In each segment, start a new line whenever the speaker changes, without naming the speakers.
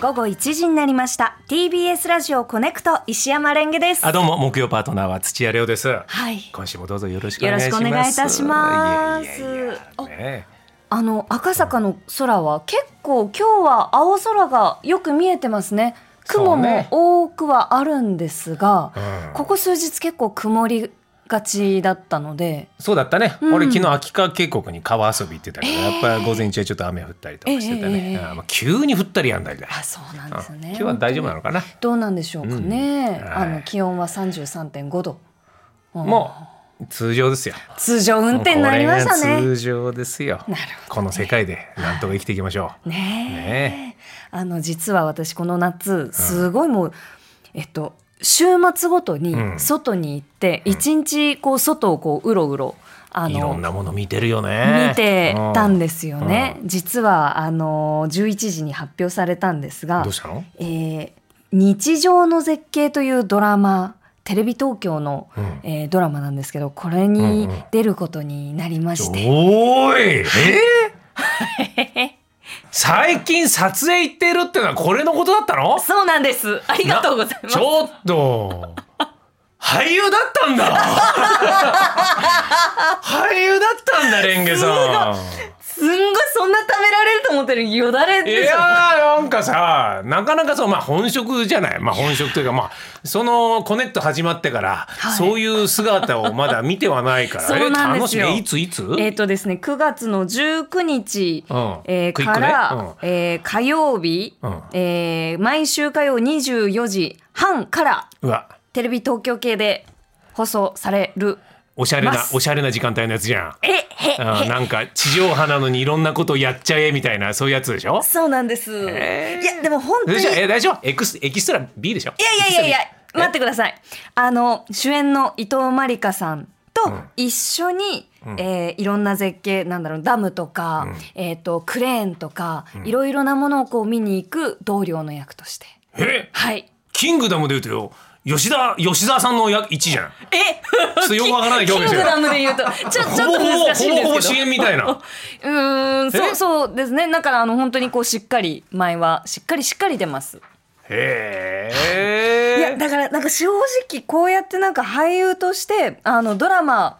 午後1時になりました TBS ラジオコネクト石山レンゲです
あどうも木曜パートナーは土屋亮です。
はい
今週もどうぞよろしくお願いします。
よろしくお願いいたします
いやいやいやね
あの赤坂の空は結構今日は青空がよく見えてますね雲
そう
も
ね
多くはあるんですが、
うん
ここ数日結構曇りがちだったので
そうだったね。
うん
俺昨日秋川渓谷に川遊び行ってたけど、
えー
やっぱり午前中はちょっと雨降ったりとかしてた
え
ね。
ーえー
あまあ急に降ったりやんだりだ。
あそうなんです
うん
ね
今日は大丈夫な
の
のかな。
どうなんでしょうかね、
うん
あ
は
の
い
気温は33.5度、うん
もう通常ですよ。
通常運転になりました
これが
ね
通常ですよ。
なるほど
この世界でなんとか生きていきましょう。
ね
ね
えあの実は私この夏すごいもう、えっと週末ごと
う
に
ん
外に行って一日こう外をこううろうろあ
いろん
の
なもの見てるよね。
見てたん
で。
ですよね
う
実はあの11時に発表されたんですが
どうしたの？
えー日常の絶景というドラマテレビ東京の、
うん
えードラマなんですけどこれに出ることになりまして、
おーいえー最近撮影行ってるってのはこれのことだったの
そうなんですありがとうございます
ちょっと俳優だったんだ俳優だったんだレンゲさ
すんごいそんな食べられると思ってるよだれ
んい
でし
やー
ょ
なんかさなかなかそうまあ本職じゃないまあ本職というかまあそのコネット始まってから、
い
そういう姿をまだ見てはないから
そうなん
え
で
楽
す
し
よ
みいついつ、
えっ、とですね9月の19日、
うん
えー
クイッ
か
クね
ら、
うん
えー火曜日、
うん
えー毎週火曜24時半から
うわ
テレビ東京系で放送される
おしゃれな
ます
おしゃれな時間帯のやつじゃん。
えへ
あーなんか地上波なのにいろんなことやっちゃえみたいなそういうやつでしょ
そうなんです、
えー
いやでも本当
で
にい
しょ
やい
え大丈夫エクスエキストラ B でしょ
やいやいや
え
待ってくださいあの主演の伊藤真理香さんと一緒に、えーいろんな絶景なんだろうダムとか、えー、とクレーンとか、いろいろなものをこう見に行く同僚の役として
え
はい
キングダムで言うとよ吉田吉沢さんの役一じゃん
え
ちょっとよくわからな い
キン
表
グ
現してる
ダムで言うとちょちょっと
ほぼほぼ
難しいん
ほぼほぼ
ですけど
CM みたいな
うーんそう
え
そうですねだからあの本当にこうしっかり前はしっかりしっかり出ます
へ
いや
え
だからなんか正直こうやってなんか俳優としてあのドラマ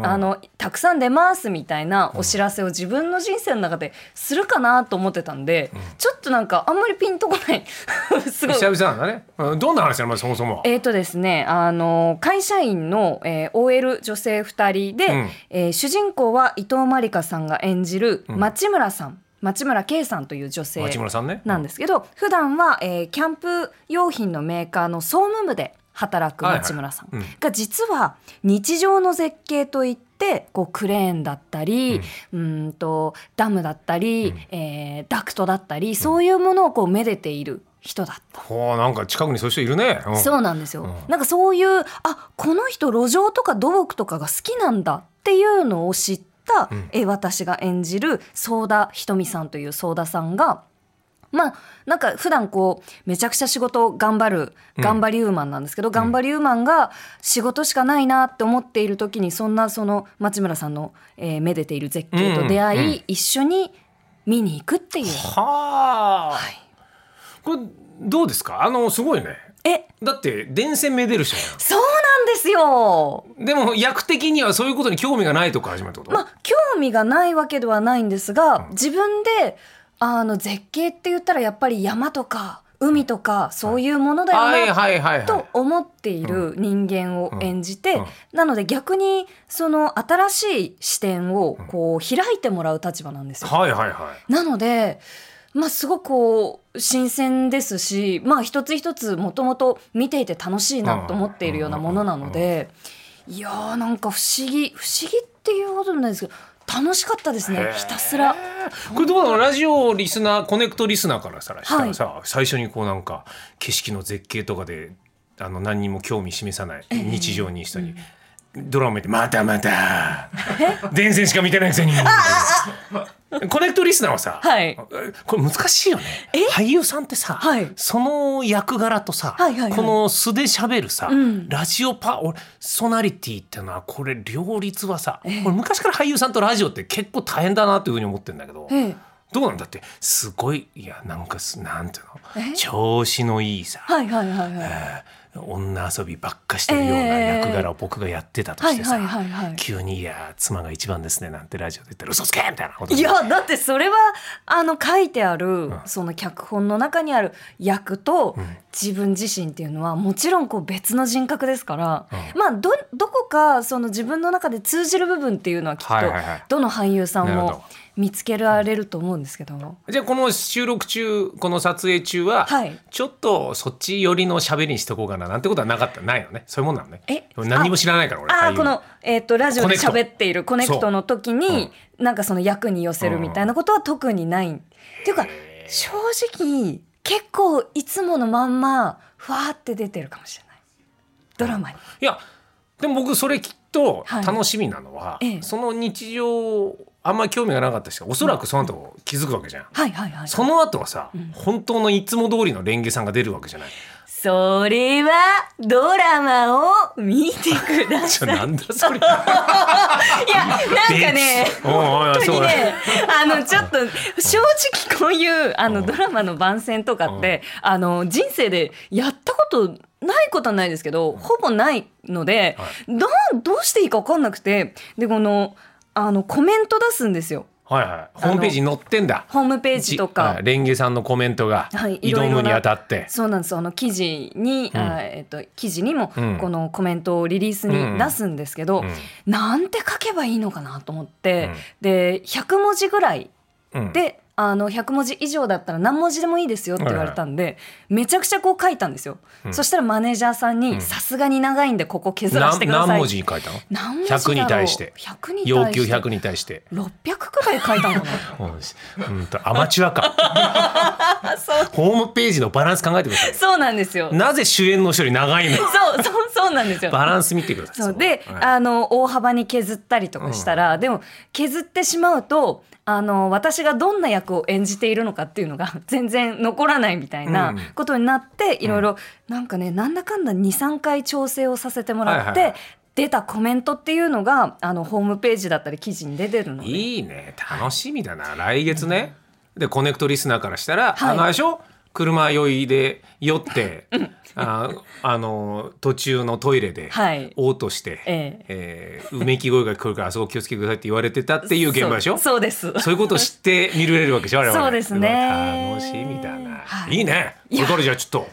あのたくさん出ますみたいなお知らせを自分の人生の中でするかなと思ってたんで、ちょっとなんかあんまりピンとこない すごい
久々なんだねうんどんな話なのまずそもそも
えーとですね、あの会社員の、えー OL 女性2人で、
うん
えー主人公は伊藤真理香さんが演じる町村さん、町村圭さんという女性
町村さんね
なんですけど、普段は、えーキャンプ用品のメーカーの総務部で働く町村さん
はいはいうん
が実は日常の絶景といってこうクレーンだったり、うーんとダムだったり、えーダクトだったりそういうものをこうめでている人だった。
ほうなんか近くにそういう人いるねうん
そうなんですよ、
うん
なんかそういうあこの人路上とか土木とかが好きなんだっていうのを知った、
ん
え私が演じる相田ひとみさんという相田さんがまあなんか普段こうめちゃくちゃ仕事頑張る
うん
頑張りウーマンなんですけど、頑張りウーマンが仕事しかないなって思っている時にそんなその町村さんの、えーめでている絶景と出会い、
うんう
一緒に見に行くっていう。
はあ
はい
これどうですかあのすごいね
え
だって電線めでる人じゃん
そうなんですよ
でも役的にはそういうことに興味がないとこから始まるってこと、
まあ、興味がないわけではないんですが、自分であの絶景って言ったらやっぱり山とか海とかそういうものだ
はい
よな
はいはいはい
と思っている人間を演じて、
うんうん
なので逆にその新しい視点をこう開いてもらう立場なんですよ。
はいはいはい
なのでまあすごくこう新鮮ですしまあ一つ一つもともと見ていて楽しいなと思っているようなものなのでいやーなんか不思議不思議っていうことじゃないですけど楽しかったですね
へー
ひたすら。
これどうなのラジオリスナーコネクトリスナーからしたらしたらさ、最初にこうなんか景色の絶景とかであの何にも興味示さない日常に人に、ドラマ見て「またまた電線しか見てないくせに」コネクトリスナーはさ、
はい
これ難しいよね俳優さんってさ、
はい
その役柄とさ、
はいはいはい
この素で喋るさ、
うん
ラジオパーソナリティってのはこれ両立はさ、これ昔から俳優さんとラジオって結構大変だなというふうに思ってるんだけど。
ええ
どうなんだってすごいいやなんかすなんていう
え
の調子のいいさ、
はいはいはいはい。
えー女遊びばっかしてるような役柄を僕がやってたとしてさ、
はいはいはいはい
急に「いや妻が一番ですね」なんてラジオで言ったら「嘘つけ!」みたいなこと
いやだってそれはあの書いてある
ん
その脚本の中にある役と
ん
自分自身っていうのはもちろんこう別の人格ですから
うん
まあどどこかその自分の中で通じる部分っていうのはきっと
はいはいはい
どの俳優さん
なるほ
も
ど
見つけられると思うんですけど
じゃあこの収録中この撮影中は、
はい
ちょっとそっち寄りの喋りにしとこうかななんてことはなかったないのねそういうもんなのね
え
何にも知らないから俺
あ
俳
あ
優
この、えっとラジオで
コネクト
喋っているコネクトの時に、なんかその役に寄せるみたいなことは特にない、っていうか正直結構いつものまんまふわーって出てるかもしれないドラマに、
いやでも僕それきっと
はい
楽しみなのは、
ええ
その日常あんまり興味がなかった人がおそらくその後気づくわけじゃん、
はいはいはい
そ
そ
の後はさ、本当のいつも通りのレンゲさんが出るわけじゃない
れはドラマを見てくだ
ち
さ
ょ
い
なんだ それ
いやなんかね
おいおい
本当に
そうだ
ね、あのちょっと正直こういうあのドラマの番宣とかって、あの人生でやったことないことはないですけど、ほぼないので、どうどうしていいか分かんなくてでこのあのコメント出すんですよ
はいはいホームページに載ってんだ
ホームページとか
じはい。レンゲさんのコメントが
はいいろい
挑
ろな
むにあたって、
そうなんですあの記事に、
うん
あえっと記事にも
うん
このコメントをリリースに出すんですけど、なんて書けばいいのかなと思って、
うん
で100文字ぐらい
うんうん
であの100文字以上だったら何文字でもいいですよって言われたんで、めちゃくちゃこう書いたんですよ、
うん
そしたらマネージャーさん
う
に「
ん
さすがに長いんでここ削らせ
何
てください」
何文字に書いたの
何文字だろう
100に対して
100に対して
要求100に対して、
600くらい書いたのか な
うん、うんとアマチュアか
あ そう
ホームページのバランス考えてください
そうなんですよ
なぜ主演の人より長いの
そうそうそうなんですよ
バランス見てください。
そうで、
はい
あの大幅に削ったりとかしたら、でも削ってしまうとあの私がどんな役を演じているのかっていうのが 全然残らないみたいな
うん
ことになって、いろいろなんかねなんだかんだ23回調整をさせてもらっ
はいはい
て。出たコメントっていうのがあのホームページだったり記事に出てるので
いいね、楽しみだな、来月ね。で、コネクトリスナーからしたら、
はい
あのあれでしょ車酔いで酔って、ああの途中のトイレで
はい
嘔吐して、
え
えーうめき声が聞こえるからあそこ気をつけてくださいって言われてたっていう現場でし
そ
ょ。
うそうです
そういうことを知って見れるわけでしょ我々
そうですね
楽しみだな、
はい
い、いね
いや
これからじゃあちょっと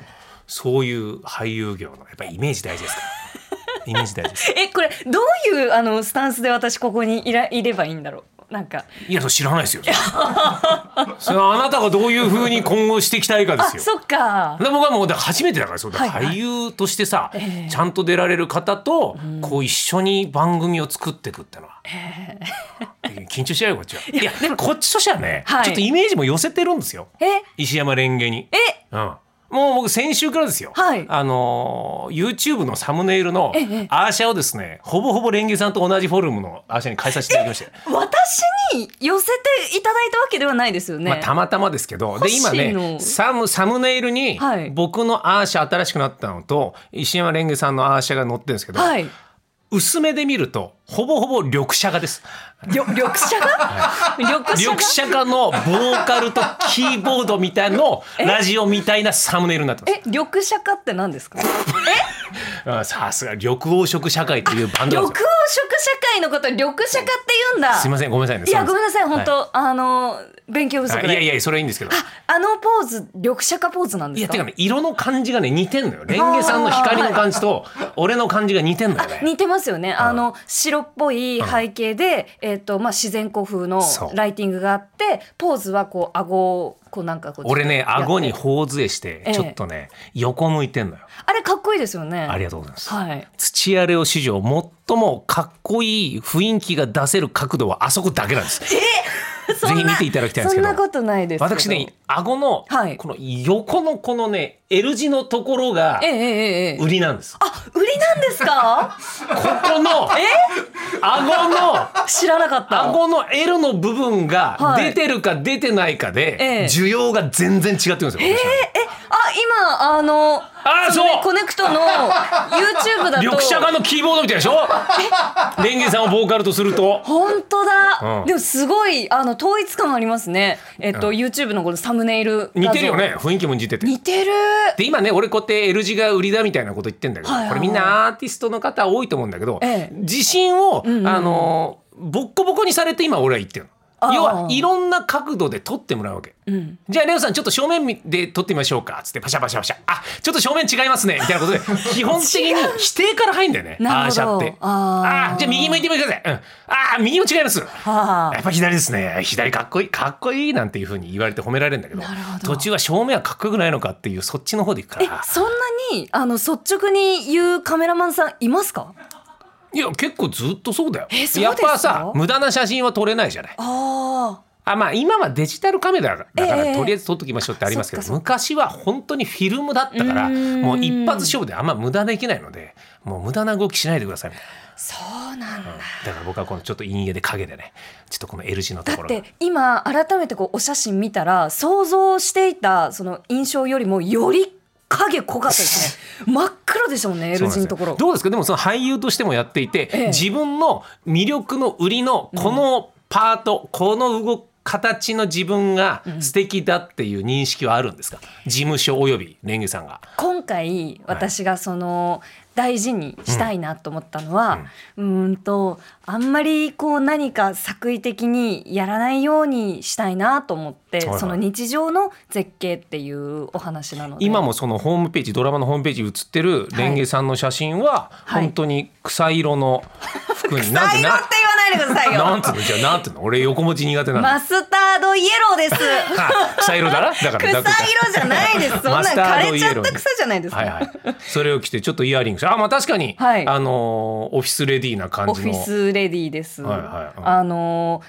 そういう俳優業のやっぱりイメージ大事ですから イメージ大事で す
えこれどういうあのスタンスで私ここにいらいればいいんだろうなんか
いや、それ知らないですよ。それはあなたがどういうふうに今後していきたいかで
あ
すよ。
そっか
で僕はもうだから初めてだからそうだ
はいはい
俳優としてさ、
ええ
ちゃんと出られる方とこう一緒に番組を作っていくってのは、 緊張しないよこっちはいやでもこっちとしてはね、
はい
ちょっとイメージも寄せてるんですよ
え
石山レンゲに、
え
うん、もう僕先週からですよ、
はい
あのー YouTube のサムネイルの
ええ
アーシャをですねほぼほぼレンゲさんと同じフォルムのアーシャに変えさせていただきまして
私に寄せていただいたわけではないですよね。
まあ、たまたまですけどで今
星野
ねサムサムネイルに
はい
僕のアーシャ新しくなったのと石山レンゲさんのアーシャが載ってるんですけど、
はい。
薄めで見るとほぼほぼ緑茶がです
緑緑茶が緑茶が
緑茶がのボーカルとキーボードみたいのラジオみたいなサムネイルになってま
え
す
緑茶化って何ですか？
あさすが緑黄色社会というバン
緑
ドなん
黄色
で
社会のことを緑茶化って言うんだ。
すすいませんごめんなさいね
いやごめんなさい
は
本当、あの勉強不足
あ
で。
いやいやそれはいいんですけど
あのポーズ緑茶化ポーズなんで
い
す
や
か？
てかね色の感じがね似てんのよレンゲさんの光の感じと俺の感じが似てんのよね
似てますよね、あの白っぽい背景で、えっとまあ、自然光風の
そう
ライティングがあってポーズはこう顎をこうなんかこう
俺ね
やって
顎に頬杖して
ええ
ちょっとね、横向いてんのよ
あれかっこいいですよね
ありがとうございます、
はい
土屋レオ史上最もかっこいい雰囲気が出せる角度はあそこだけなんです
そんな
ぜひ見ていただきたいんですけど
そんなことないですけど
私ね顎の
はい
この横のこのね L 字のところが
ええええええ
売りなんです、
あ売りなんです か
ここの顎の
知らなかった
顎の L の部分が
はい
出てるか出てないか
ええ
で需要が全然違ってくるんですよ、私は
ええ今あの
あー
のね
そう
コネクトの YouTube だと
緑茶がのキーボードみたいでしょ レンゲさんをボーカルとすると
本当だ、
うん
でもすごいあの統一感ありますねえっと、YouTube のこのサムネイル画像
似てるよね雰囲気も似てて
似てる
で今ね俺こうやって L 字が売りだみたいなこと言ってんだけど、
はいはいはい
これみんなアーティストの方多いと思うんだけど、
ええ
自信を、
んうん
あのボッコボコにされて今俺は言ってる
あ
の
あ
要はいろんな角度で撮ってもらうわけ。
うん
じゃあレオさんちょっと正面で撮ってみましょうかつってパシャパシャパシャあちょっと正面違いますねみたいなこと で基本的に否定から入るんだよね
な
あ
るほ
ーしゃ
ど
って
あー
あーじゃあ右向いてみてください、うん、ああ右も違います
は
や
あ
っぱ左ですね左かっこいいかっこいいなんていうふうに言われて褒められるんだけど
なるほど
途中は正面はかっこよくないのかっていうそっちの方でいくか
え
ら
そんなにあの率直に言うカメラマンさんいますか
いや結構ずっとそうだよ
えそう
やっ
です
ぱ
か
さ無駄な写真は撮れないじゃない
あ
あまあ今はデジタルカメラだから、
ええ
とりあえず撮っときましょうってありますけ
あそ
ど
っ
昔は本当にフィルムだったから
うーん
もう一発勝負であんま無駄できないのでもう無駄な動きしないでくださいみたい
あそうなんだ
な、うんだから僕はこのちょっと陰影で影でねちょっとこの L 字のと
だ
こ
っ
ろ
て今改めてこうお写真見たら想像していたその印象よりもより影濃かったです ね真っ黒でしたもんね L 字のところ
どうですかでもその俳優としてもやっていて、
ええ
自分の魅力の売りのこのパート、この動く形の自分が素敵だっていう認識はあるんですか、事務所およびレンゲさんが。
今回私がその大事にしたいなと思ったのは、うーんとあんまりこう何か作為的にやらないようにしたいなと思って、
いはい
その日常の絶景っていうお話なので
今もそのホームページドラマのホームページに写ってるレンゲさんの写真は
はい
本当に草色の服に、なん
茶色 っ
て
て言わないでください
な なん
よ
つうのじゃあなんていうの俺横文字苦手なの、
マスタードイエローです
あ草色だなだから
草
だから
色じゃないですそんな
マスタード
枯れちゃっ
イエロー
た草じゃないですか、
はいはい、それを着てちょっとイヤリングしてあまあ確かに、
はい
あのーオフィスレディーな感
オ
じ
フ
の
ィスレディーです。
はいはいうん
あの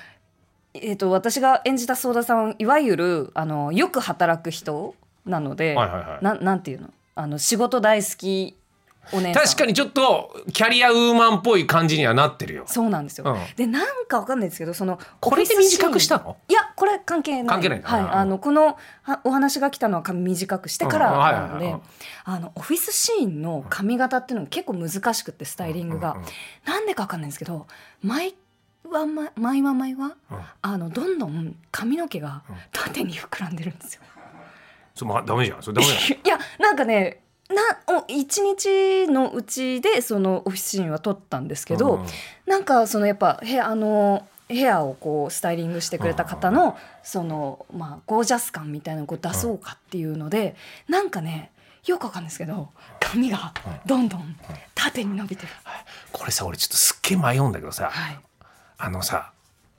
えっと私が演じた相田さんいわゆるあのよく働く人なので、
はいはいはい
ななんていうのあの仕事大好きお姉さん
確か
に
にちょっとキャリアウーマンっぽい感じにはなってるよ
そうなんですよ。
うん
でなんかわかんないですけどその
これで
オフィスシーン
短くしたの
いやこれ関係ない
関係ないんだ
はい、
うん
あのこのはお話が来たのは髪短くしてから
うんはいはい
な
はい
のであのオフィスシーンの髪型っていうのも結構難しくってスタイリングが、
うんうんうん
なんでかわかんないんですけど毎は毎毎は毎は
うん
あのどんどん髪の毛が
うん
縦に膨らんでるんですよ。
そうまあダメじゃんそれダメじゃん
いやなんかねなお一日のうちでそのオフィスシーンは撮ったん ですけど、
うんうん
なんかそのやっぱヘアあのヘアをこうスタイリングしてくれた方
うん
のそのまあゴージャス感みたいなのを出そうかっていうのでなんかねよくわかんないですけど髪がどんどん縦に伸びてる。
これさ俺ちょっとすっげえ迷うんだけどさ、
はい。
あのさ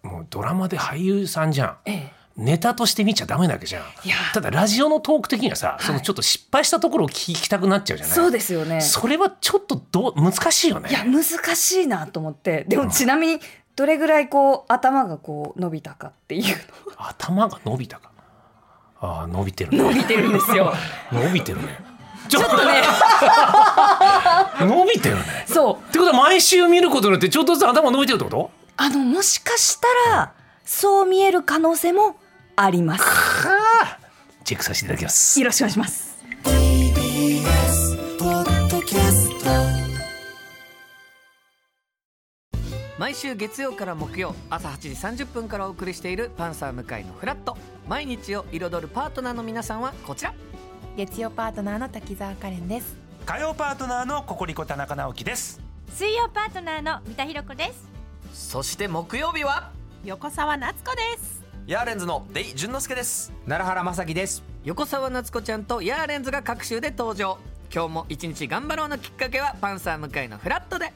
もうドラマで俳優さんじゃん
ええ。
ネタとして見ちゃダメなわけじゃん
いや
ただラジオのトーク的にはさ、そのちょっと失敗したところを聞きたくなっちゃうじゃない
そうですよね。
それはちょっとどう難しいよね
いや難しいなと思ってで
うん
もちなみにどれぐらいこう頭がこう伸びたかっていう
頭が伸びたかああ伸びてる
の
ね
伸びてるんですよ
伸びてるね
ちょっとね
伸びてるね
そう
ってことは毎週見ることによってちょっとずつ頭伸びてるってこと
あのもしかしたらそう見える可能性もあり ます
はあチェックさせていただきます
よろしくお願いします
TBS ポッドキャスト
毎週月曜から木曜朝8時30分からお送りしている「パンサー向井のフラット」毎日を彩るパートナーの皆さんはこちら
月曜パートナーの滝沢カレンです
火曜パートナーのココリコ田中直樹です
水曜パートナーの三田寛子です
そして木曜日は
横澤夏子です
ヤーレンズのデイ淳之介です
奈良原まさきです
横澤夏子ちゃんとヤーレンズが各週で登場今日も一日頑張ろうのきっかけは「パンサー向井のフラットで」